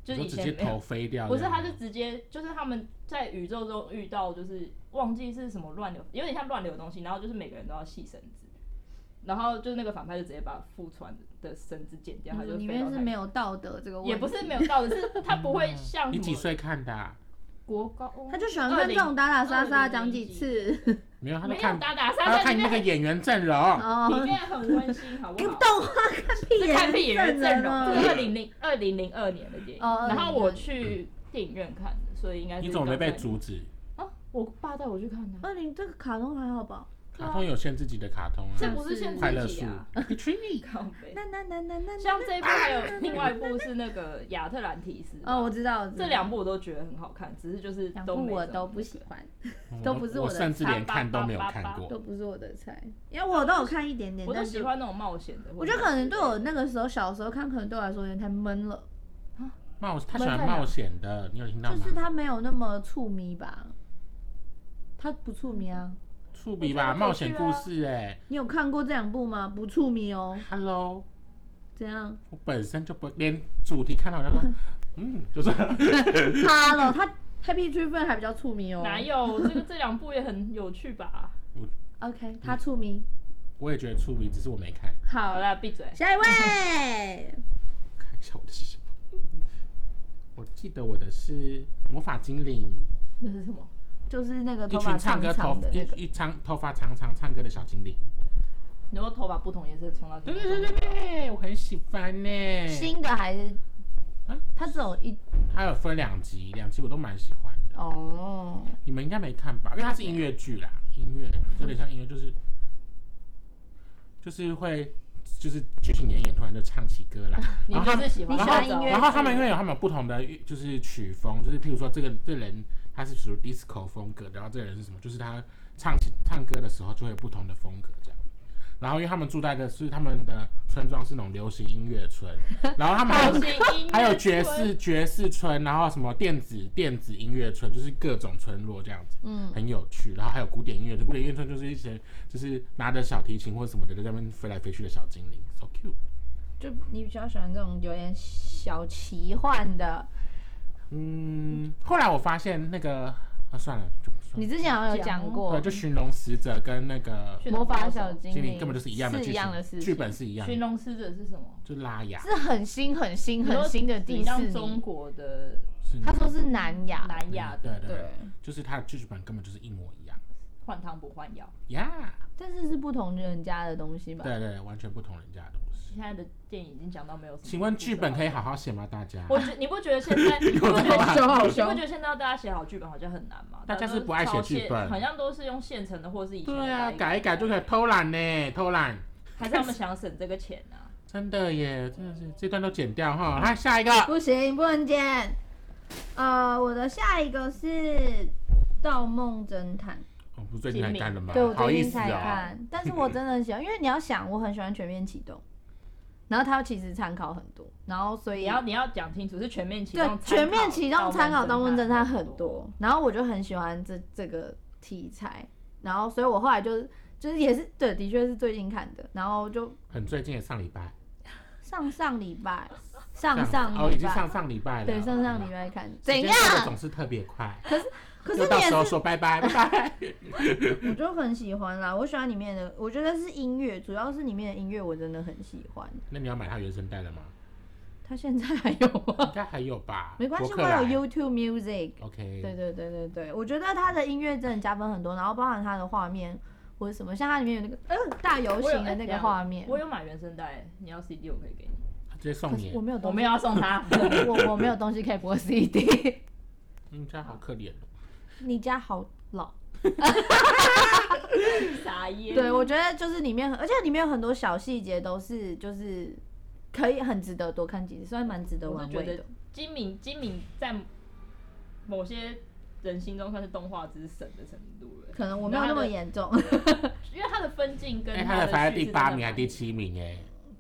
就
你
是
就
以
直接
前没有
头飞掉。
不是，他就直接就是他们在宇宙中遇到，就是忘记是什么乱流，有点像乱流的东西，然后就是每个人都要系绳子，然后就是那个反派就直接把副船的绳子剪掉，他就
嗯里
飞到
面是
太
没有道德这个问题，
也不是没有道理， 是他不会像
嗯你
什
几
么
岁看的啊？
国高，哦
他就喜欢看这种打打杀杀，讲几次，
没有，他
没
在
有
看，
打打
他
杀
要
杀，
看
里
那个
面
演员阵容。
里
哦，
面很温馨，好不
跟
好？
动画看屁
是
眼
看屁眼人阵容，
了
这是二零零二零零二年的电影，
啊哦
然后
2002
我去电影院看的，所以应该是
你怎么没被
刚才
阻止？
啊？我爸带我去看的。啊
二零这个卡通还好吧？
卡通有限自己的卡通
这
啊，
不是限
快乐
制级
树
啊，
，Peachy，
靠北。
那那那那那
像这一部还有另外一部是那个亚特兰提斯，
哦，我知道，我知道
这两部我都觉得很好看，只是就是
两
都
部
没
我
什么
都不喜欢，都
我
不是
我
我的
甚至连
菜
看都没有
八八
看
八八
都
过。
不是我的菜，因为我都有看一点点，
我都
但是
喜欢那种冒险的。
我觉得可能对我那个时候小时候看，可能对我来说有点太闷了，
冒，他喜
闷
欢
在哪
冒险的，你有听到
就是
吗？
他没有那么触迷吧，他不触迷啊。
触笔
我觉
吧，
得
冒
可
险
去
故
啊
事哎
你有看过这两部吗？不触迷哦，
，Hello，
怎样？
我本身就不连主题看到我就说，嗯，就是
他了，他 Happy Tree Friend 还比较触迷哦。
哪有这个这两部也很有趣吧？
嗯
OK，他触迷。
我也觉得触笔，只是我没看，
好
好了，
啦，闭嘴。
下一 位，
看一下我的是什么。我记得我的是魔法精灵，
那是什么？
就是那个
一
头发长
群唱歌
长
头
的那个。
一一长头发长长唱歌的小精灵。
你说头发不同颜色冲到
对对对对对，我很喜欢呢、
新的还是
啊？
他只有一
它有分两集，两集我都蛮喜欢的。
哦，
你们应该没看吧？因为它是音乐剧啦，音乐有点像音乐，就是就是会就是剧情演一演，突然就唱起歌来。
你
然后
就是喜欢
然
你喜欢音乐
后然后他们因为有他们有不同的就是曲风，就是譬如说这个这人他是属于 disco 风格，然后这个人是什么？就是他唱起唱歌的时候就会有不同的风格这样。然后因为他们住在的是他们的村庄是那种流行音乐村，然后他们还有
流行音乐
还有爵士
村
爵士村，然后什么电子电子音乐村，就是各种村落这样子，
嗯，
很有趣。然后还有古典音乐村，古典音乐村就是一些就是拿着小提琴或什么的在那边飞来飞去的小精灵，so cute。
就你比较喜欢这种有点小奇幻的。
嗯，后来我发现那个啊算了，就不算
你
了。
之前好像有讲过
对，就寻龙使者跟那个
驯
魔法小精
精灵
灵
根本就是一样的
是
剧
一样的
情，
事
剧
情，
本是一样的
寻，龙使者是什么？
就拉雅
是很新很新
你说
很新的迪
你
士
让中
尼。
国的
是
他说是南亚，
南亚
对
的
对对
对，
就是他的剧本根本就是一模一样
换汤不换药，
呀
但是是不同人家的东西吧？
对对对，完全不同人家的东西。
现在的电影已经讲到没有什么。
请问剧本可以？好好写吗？大家，
我觉你不觉得 现在你不
有
觉得
好
凶好
你不
凶
觉得现在要大家写好剧本好像很难吗？
大家是不爱写
都超
剧
现
本
好像都是用现成的或是以前的
对啊，
来
改一改就可以偷懒呢，偷懒，
还是他们想省这个钱 啊？
真的耶，真的是这段都剪掉哈。来下一个，
不行，不能剪。呃，我的下一个是《盗梦侦探
哦，不是最近才看的吗》，
对我
好
最
意
近
思
才
哦，
看，但是我真的很喜欢，因为你要想，我很喜欢《全面启动》，然后它其实参考很多，然后所以
你要你要讲清楚是全面启
对
动，
全面启动参考《盗
盗
梦
梦
侦探》很
多。
多，然后我就很喜欢这这个题材，然后所以我后来就是就是也是对，的确是最近看的，然后就
很最近的上礼拜，
上上礼拜，上上
哦，已
礼
经
拜，
上上礼拜了，
对上上礼
嗯。
拜看，
时
怎
间
样？
过得总是特别快，
可是
就
你
到
也
时候
是，
说拜拜拜拜。
我就很喜欢啦。我喜欢里面的，我觉得是音乐，主要是里面的音乐我真的很喜欢。
那你要买它原声带了吗？
它现在还有吗？
应该还有吧，
没关系，
博
我
客来
有 YouTube Music。
OK，
对对对对对，我觉得它的音乐真的加分很多，然后包含它的画面或者什么，像它里面有那个嗯大游
我有
行的
哎
那
等
个
下
画面。
我有买原声带，你要 CD 我可以给你，
直接送
可是
你
我，没有
我
东
没
西，
有要送他。
我我没有东西可以播 CD。
嗯，这样好可怜哦。
你家好老。
傻耶！
对，我觉得就是里面很，而且里面有很多小细节都是就是可以很值得多看几次，算蛮值得
我
玩
是觉
味
得
的。
金敏金敏在某些人心中算是动画之神的程度了，
可能我没有那么严重，
因为他的分镜跟
哎，
他
他
的
才排在
叙事
第八
真的
名还
蛮
是第，七名？哎，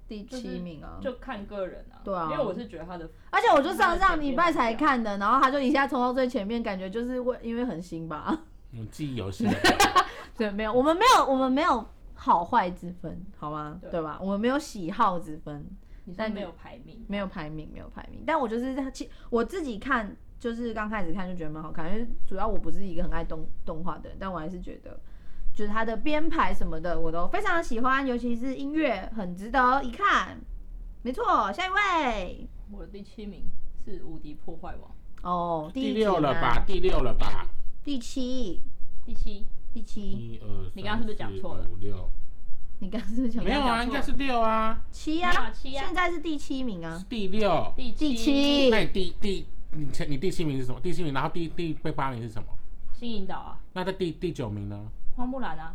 第七名啊。
就看个人啊。
对啊
因为我是觉得他的
而且我就上上礼拜才看的，然后他就一下冲到最前面，感觉就是为因为很新吧。
我记忆犹新的。
对，没有，我们没有，我们没有好坏之分，好吗？
对
对吧？我们没有喜好之分，
你说
但
没有排名，
没有排名，没有排名。但我就是在其我自己看，就是刚开始看就觉得蛮好看，因为主要我不是一个很爱动动画的人，但我还是觉得，就是它的编排什么的我都非常喜欢，尤其是音乐很值得一看。没错，下一位
我的第七名是《无敌破坏王
哦，
第
一
六
集
了
吗
吧？？第六了吧？
第七，》啊
第七，
第七，
一二，
你刚刚是不是讲错了
三四五六，
你刚刚是不是讲
没有啊，应该是六啊，
七
没有
啊
啊，七啊
现在是第七名啊
是。第六。
第
第七
那你第第你前你第七名是什么？第七名，然后第第第八名是什么？
新引导啊，
那在第第九名呢？
花木兰啊，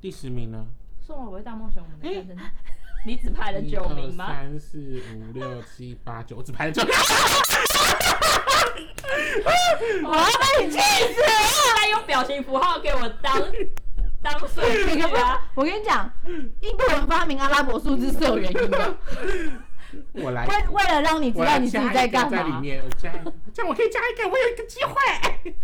第十名呢？
送了我为大梦想，我们的战争。你只排了九名
一二
吗？
三四五六七八九，我 只排了九。
我 要被
哎
你气死！他用表情符号给我 当当数据啊！
我跟你讲，印度人发明阿拉伯数字是有原因 的，
我来，
为为了让你知
我
道
来
你自
加
己
一
在
个
干
在里
嘛。
面，我加一个，这样我可以加一个，我有一个机会。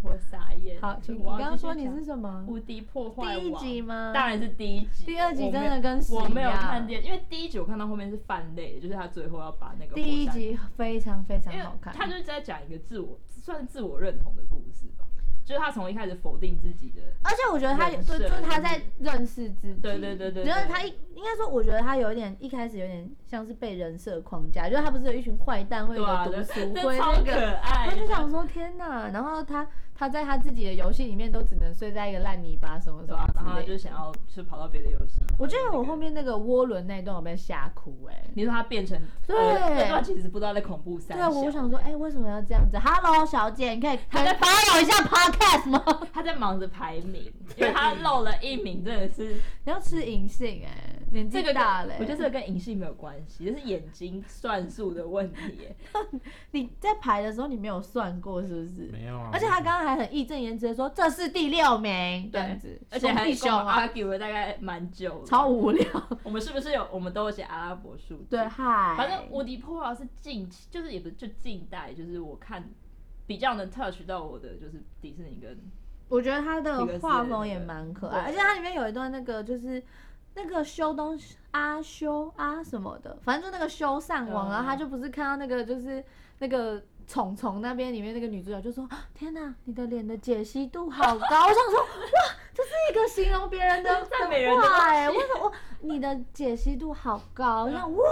我傻眼。
好，请你
我要
刚刚说
继续
你
讲
是什么？
无敌破坏
第一
王
集吗？
当然是第一集，
第二集
我没
真
有
的跟屎
我没有
一样
看第二，因为第一集我看到后面是泛泪的，就是他最后要把那个
第一
火山，
集非常非常
因为
好看。
他就是在讲一个自我，算是自我认同的故事吧，就是他从一开始否定自己的，
而且我觉得他有，
人
就
设
就是他在认识自己。
对对对对对
就是他一应该说，我觉得他有点一开始有点像是被人设框架，就是他不是有一群坏蛋，会有
对啊，
个读书
这
会
超
那
可
个。
爱
他
的，
就想 说天哪，然后他他在他自己的游戏里面都只能睡在一个烂泥巴什么什
对
么
啊，然后
之
他
类的
就想要去跑到别的游戏。
我记得
然
我后
那个，
面那个涡轮那一段我被吓哭哎、
你说他变成
对
呃那段其实不知道在恐怖三
对啊，我
小欸
我想说，哎、为什么要这样子？Hello，小姐，你可以跟打扰一下 Podcast 吗？
他在忙着排名，因为他漏了一名，真的是
你要吃银杏哎、年纪
这个跟
大了欸、
我觉得这个跟银杏没有关系，这是眼睛算术的问题耶。
你在排的时候你没有算过是不是？
没有啊。
而且他刚刚还很义正言辞的说这是第六名，这样子，
而且还
兄弟
跟
凶
我们
啊，
argue 了大概蛮久的，
超无聊。
我们是不是有我们都有写阿拉伯数字？
对，啊嗨，
反正无敌破啊是近期，就是也不是就近代，就是我看比较能 touch 到我的就是迪士尼跟
我觉得他
一个
的
是
画
那
风
个
也蛮可爱，
对
而且它里面有一段那个就是那个修东西阿修啊什么的，反正就那个修上网，
嗯
然后他就不是看到那个就是那个虫虫那边里面那个女主角就说：“啊天哪，你的脸的解析度好高！”我想说，哇，这是一个形容别人的
赞美人的
话
东
哎，
西
为什么哇你的解析度好高？我
嗯
想哇，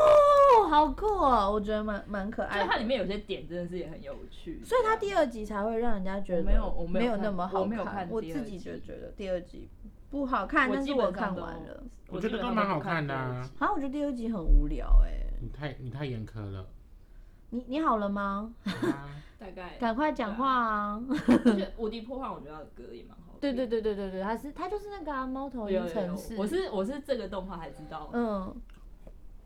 好酷哦，我觉得蛮蛮可
就是
爱
它
的。
里面有些点真的是也很有趣，
哎所以他第二集才会让人家觉得
我没有我
没
没有
有
看
那么好
我没有看
我
第
自
二
己
集
就觉得第二集不好看，
我
但是
基
我
本
看
上都
完了。
我觉得都蛮好看的啊
好像我觉得第二集很无聊哎、
你太你太严苛了。
你你好了吗？
好吧
大概
赶快讲话啊！
就是无敌破坏，我觉得他的歌也蛮好听。
对对对对对对，他是他就是那个啊猫、头
有
鹰
有
城
有
市，，
我是我是这个动画还知道，
嗯，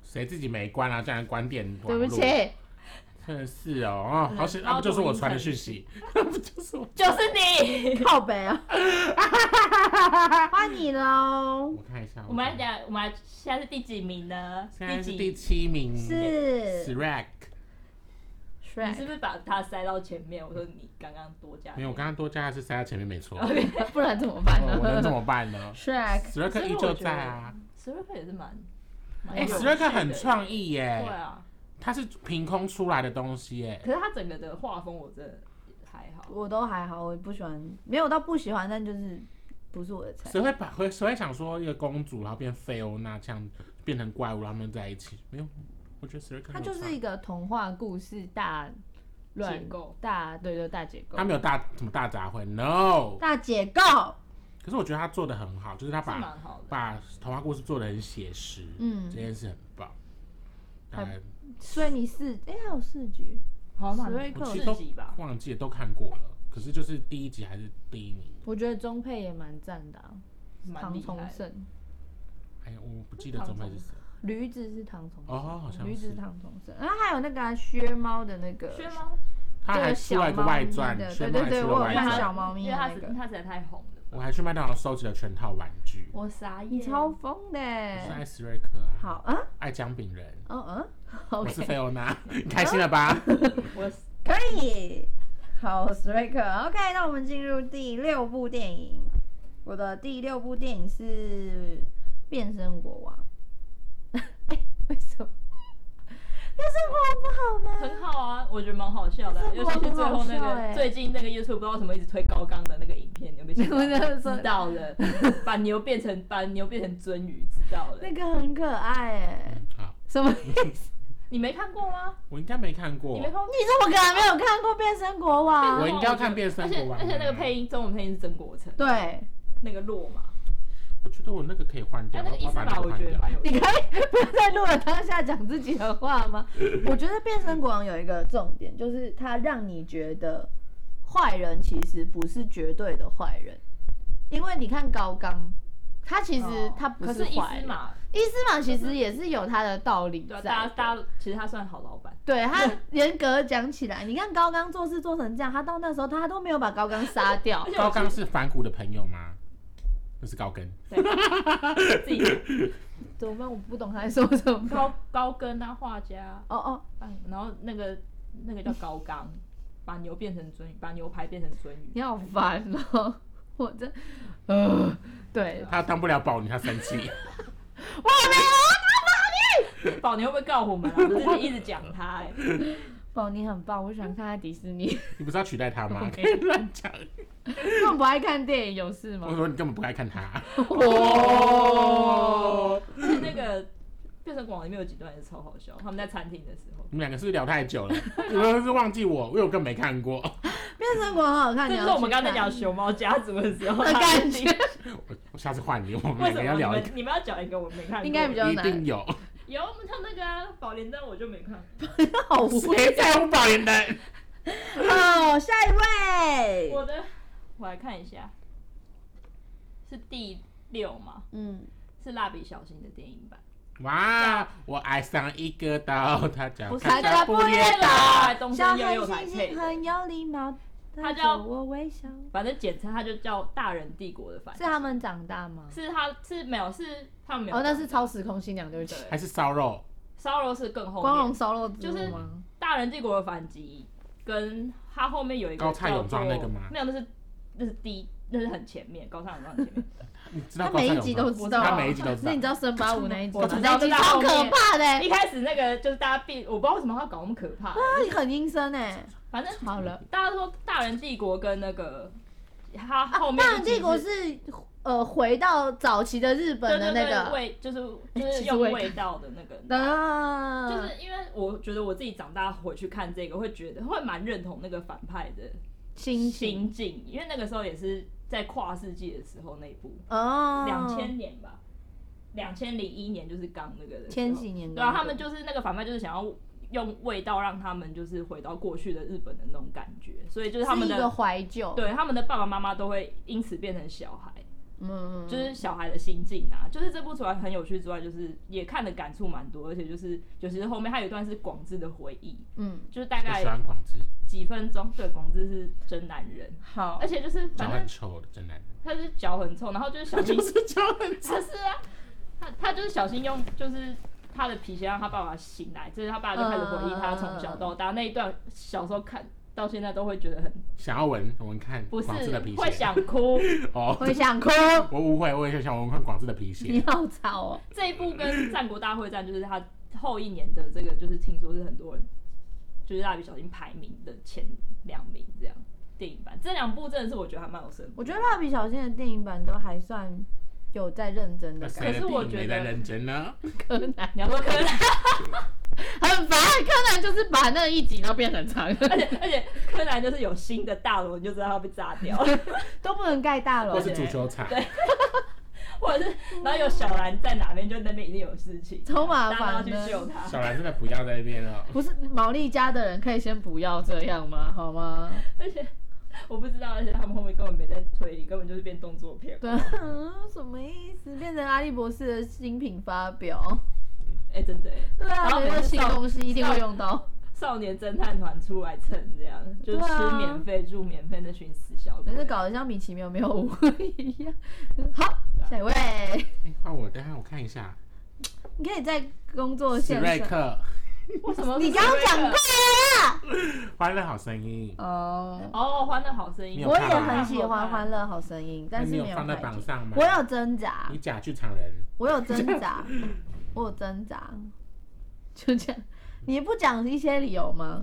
谁自己没关啊？竟然关电网
对
络
不，起，
真的是哦，哦好险，
嗯
啊不就是我传的讯息， 不就是我，
就是你。
靠北啊，换你喽，
我看一下，
我们来，讲，我们来现在是第几名呢？
现在是
几？
第七名，
是
Shrek，
呃
你是
Shrek，
不是把它塞到前面？我说你刚刚多加一点。
没有，我刚刚多加的是塞在前面没错，
哦
哦
不然怎么办
我能
呢
怎么 办呢
？Shrek，
？Shrek 依旧在啊，
史瑞克也是蛮，蛮
哎
有趣的
，Shrek 很创意
对
耶，
啊，
它是凭空出来的东西耶，
可是他整个的画风我真的还好。
我都还好，我不喜欢，没有到不喜欢，但就是不是我的菜。
谁会把会谁会想说一个公主然后变菲欧娜这样变成怪物然后他们在一起？没有，我觉得 Shrek 很
它
有
就是
创
一个童话故事大
结构
大对对大结构
他，没有大什么大杂烩，no。
大解构，
可是我觉得他做的很好，就是他
是
把
蛮好的，
把童话故事做的很写实，
嗯
这，件事很棒。
还
哎，
所以你四哎还有四局，
好
史瑞
蛮
克
我其实
四集吧，
忘记了都看过了，可是就是第一集还是第一名。
我觉得中配也蛮赞的、啊，
蛮
唐
厉
崇
害的。
盛，
哎呀，我不记得中配
哦
是谁。
驴子是唐崇盛，
哦好像是
驴子是唐崇盛，然后还有那个、啊、薛猫的那个
薛猫，
他还出了一个外传
对，小
全
猫咪的
部还
对对对
出了
我有
外
看
传。
小猫咪
因
的
为他
那
实
个，
他实在太红了。
我还去麦当劳收集了全套玩具。
我傻眼，
你超疯的
我是
欸，
爱史瑞克啊，
好啊，
爱姜饼人，
嗯嗯
我是
，OK，
菲欧 娜，你开心了吧？
我
可以，好，史瑞克，OK，那我们进入第六部电影，我的第六部电影是《变身国王》， 哎，为什么？变身国王不好吗？
很好啊，我觉得蛮好笑的啊，
这
尤
个
其
很
是最后
好
那
笑欸
个最近那个 YouTube 不知道为什么一直推高刚的那个影片，你有没有
我 真的
想
说
到？知道了，把牛变成把牛变成鳟鱼，知道了
那。个很可爱哎、
嗯好，
什么意思？
你没看过吗？
我应该没看过
你。没看过？
你怎么可能没有看过《变身国王
我》？应该要看
觉得
变身
而且
国王
而且那个
啊
配音中文配音是曾国成，
对，
那个落马，
我觉得我那个可以换掉，
但那个伊
我
斯
把那
玛
个
我
换
觉得
掉。
蛮有
你
趣
可
的。
以不要在录了当下讲自己的话吗？我觉得《变身国王》有一个重点，就是它让你觉得坏人其实不是绝对的坏人，因为你看高刚，他其实
哦
他不
可
是
是伊
坏
斯
人，
玛，
伊斯玛其实也是有他的道理
对
在
啊，
的。
大家大家其实他算好老板，
对他严格讲起来，你看高刚做事做成这样，他到那时候他都没有把高刚杀 掉
而，且
高
我
刚是反骨的朋友吗？那是高跟。
自己
怎么办？我不懂他在说什么。
高高跟啊，画家，
哦哦，
嗯然后那个那个叫高刚，把牛变成鳟鱼，把牛排变成鳟鱼，
你好烦哦！我真，呃，对，
他当不了保你，他生气。
我没有啊，
宝，你会不会告我 们啊？我们一直讲他、哎，
宝你很棒，我喜欢看他迪士尼，
你不是要取代他 吗？ 可
没
以乱讲。
根本不爱看电影，有事
我
吗？
说你根本不爱看他。
哦，而且那个变成广里面有几段也是超好笑，他们在餐厅的时候，
你们两个是不是聊太久了？你们是忘记我，因为我根本没看过。
变身国很好看，
这
你
就
要
是我们
去
刚才
看
讲熊猫家族的时候
的感觉。
我我下次换你，我们
为
两个
什么
要
你
聊一
们
个，
你们要讲一个我没看过的？
应该比较
一
难
定有。
有，我们像那个啊，宝莲灯我就没看，
好无
谁在乎保龄灯？
好，下一
我
位，
的我来看一下，是第六嘛？
嗯，
是蜡笔小新的电影版，
哇，我爱上一个刀，他叫
不是
卡
大
卡
家
布
不
列
列
岛。
哎东
小
森幼
孩
幼台
星
配
星
的，
很有礼貌，
他
对
叫
着我微笑。
反正简称它就叫《大人帝国》的反
是他们长大吗？
是它是没有是他们没有
啊哦，那是超时空新娘，对不起，
还是
对
烧肉，
烧肉是更后
光
面
荣，烧肉之
就
路
是
吗？
《大人帝国的反击》跟它后面有一个
高蔡
叫
永壮
做
那个吗
没有，那是那是第一，那是很前面，高唱永壮很前面。
你知道
他
高
每
山
一
有
集
吗
都知道，
他每一集都知道
那你知道森巴舞那一集吗？
我知道
那一集
知道
超
后
可
面
怕的欸，
一开始那个就是大家必，我不知道为什么要搞那么可
啊
怕，
那你很阴森哎、
反正
好了，
大家说《大人帝国》跟那个它
啊
后面
大人
一集
帝国是呃回到早期的日本
对
的
对
那
对
个，
味，就是
哎
就是
其实
用
我也
味道的那个。
啊，
就是因为我觉得我自己长大回去看这个，会觉得会蛮认同那个反派的
心情
心境，因为那个时候也是在跨世纪的时候那一部，
哦，
两千年吧，两千零一年就是刚那个的时候
千禧年
对啊，他们就是那个反派就是想要用味道让他们就是回到过去的日本的那种感觉，所以就是他
是
们
一
的
个怀旧，
对他们的爸爸妈妈都会因此变成小孩，
嗯，嗯，嗯
就是小孩的心境啊，就是这部除了很有趣之外，就是也看的感触蛮多，而且就是尤其是后面还有一段是广志的回忆，
嗯，
就是大
我喜
概
欢广志，
几分钟，对，广志是真男人，
好
而，且就是
脚
反
很
正
臭的真男人，
他就是脚很臭，然后就是小心，
是脚很
他是啊，他他就是小心用就是。他的皮鞋让他爸爸醒来，就是他爸就开始回忆他从小
嗯
到大那一段，小时候看到现在都会觉得很
想要闻，我们看
不
广志
是
的皮鞋，
会想哭，
哦，
会 想哭，
我误会，我也想闻看广志的皮
你
鞋，
好吵哦，
这一部跟《战国大会战》就是他后一年的这个，就是听说是很多人就是蜡笔小新排名的前两名这样。电影版这两部真的是我觉得还蛮有深度
我觉得蜡笔小新的电影版都还算有在认真
那
的感
谁
可
的
是我
电影没
觉
在
得
认真呢？
柯南
你要说柯南，
很烦，柯南就是把那一集都变很长，
而 且而且柯南就是有新的大楼，你就知道他被炸掉，
觉，都不能盖大楼
或，是足球场，
或者是然后有小兰在哪边，就那边一定有事情，
超麻
大家要
烦
去
的。
救他。
小兰真的不要在那边了。
不是毛利家的人可以先不要这样吗？好吗？
而且我不知道，而且他们后面根本没在推理，根本就是变动作片。
对，
啊
嗯， 什么意思？变成阿笠博士的新品发表？
哎、真的、欸，
对啊，
然后
每
每
个
次
新
上
东西一定会用到。
少年侦探团出来蹭，这样就是
对
吃
啊
免费、住免费那群死小鬼
可。是搞得像米奇妙妙屋一样。好，下一位，
哎，换我，等一下我看一下，
你可以在工作
史
线
瑞
上。
克，哦
为什么是
你刚刚
这个
讲过啦，
欢乐好声音，
哦，
哦，《欢乐好声音
你》，有
我
看啊吗
也很喜欢《欢乐好声音》，但是
你
没
有
有
放在
看
榜
见
上吗？
我有挣扎
你，假剧场人，
我有挣扎，我有挣扎。
就这样，
你不讲一些理由吗？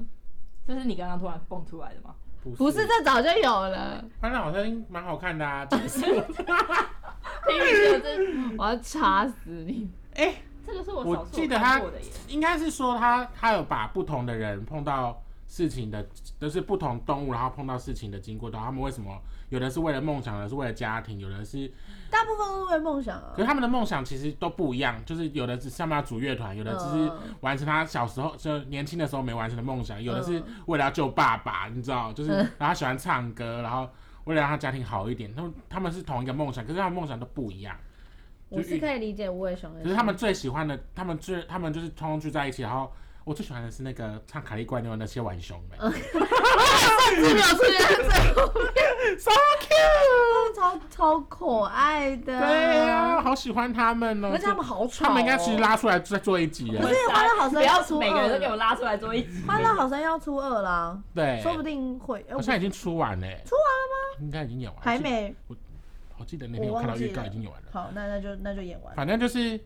这是你刚刚突然蹦出来的吗？
不是这早就有了，
欢乐好声音蛮好看的啊，真是我
听你觉得这
我要查死你！
哎，
这个是我
我
少数
记得
看
他
过的耶。
应该是说他他有把不同的人碰到事情的，就是不同动物，然后碰到事情的经过，然后他们为什么有的是为了梦想，有的是为了家庭，有的是，
大部分都是为梦想啊
可。是他们的梦想其实都不一样，就是有的是他们要组乐团，有的只是
嗯
完成他小时候就年轻的时候没完成的梦想，有的是
嗯
为了要救爸爸，你知 道，就是
嗯
然后他喜欢唱歌，然后为了让他家庭好一点，他们他们是同一个梦想，可是他们梦想都不一样。
我是可以理解无尾熊的
可
心，
是他们最喜欢的，他们最他们就是通通聚在一起，然后我最喜欢的是那个唱卡利怪妞的那些浣熊们，
嗯
是没有出现在这里，
超超可爱的。
对啊，，好喜欢他们哦、
而且他们好吵、哦。
他们应该其实拉出来再做一集
可
了
是，欢乐好声
不
音
要
要出
每个人
二
都给我
了，
拉出来做一 集，
欢乐好声音要出二啦，
对，
说不定会。哎
好
我
像已经出完了、出完了吗？应该已经演完，
还。没。
我记得那天我看到预告已经演完了，
好，那那就那就演完。
反正就是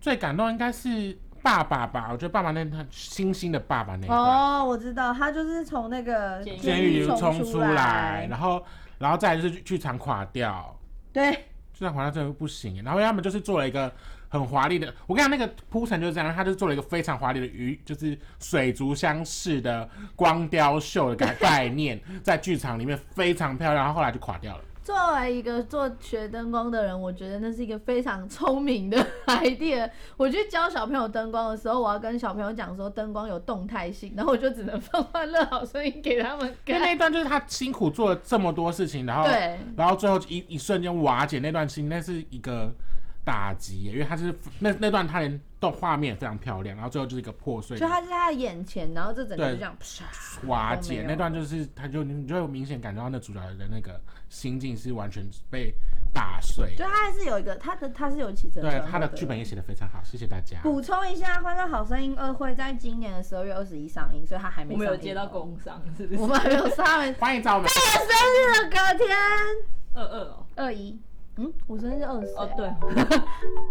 最感动应该是爸爸吧，我觉得爸爸那他星星的爸爸那一段。
哦，我知道，他就是从那个
监狱
监狱冲
出
出来，，然后，然后再来就是剧场垮掉，
对，
就在华纳真的不行。然后他们就是做了一个很华丽的，我跟你讲，那个铺陈就是这样，他就做了一个非常华丽的鱼，就是水族箱式的光雕秀的 概概念，在剧场里面非常漂亮，然后后来就垮掉了。
作为一个做学灯光的人，我觉得那是一个非常聪明的 idea。我去教小朋友灯光的时候，我要跟小朋友讲说灯光有动态性，然后我就只能放欢乐好声音给他们
因为那
看。
一段就是他辛苦做
哦
了这么多事情，然后，
对，
然后最后一一瞬间瓦解那段心，那是一个打击耶，因为他是那那段他连动画面也非常漂亮，然后最后就是一个破碎
就他是在他的眼前，然后这整个
对
就这样啪，
瓦
都没有
解那段，就是他就你就会明显感觉到那主角的那个心境是完全被打碎。
就他还是有一个他的他是有起承
对
转合
他的剧本也写得非常好，谢谢大家。
补充一下，《欢乐好声音二》会在今年的十二月二十一上映，所以他还没
我们有
上映
接到
哦，
工商，是不
我
是？
们还没有上映。
欢迎找我们，
生日的隔天，
二二哦，
二一，嗯，我生日是二十、
哦对，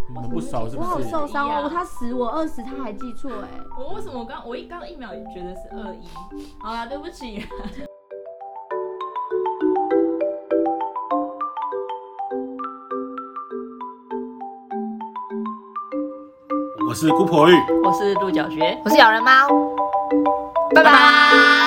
你们不熟是
我
不
好
是？
受伤
一
哦，
样
他十我二十，他还记错哎、
我为什么我刚我一刚一秒觉得是二一？好啦，对不起。
我是姑婆玉。
我是鹿角蕨。
我是咬人猫，拜拜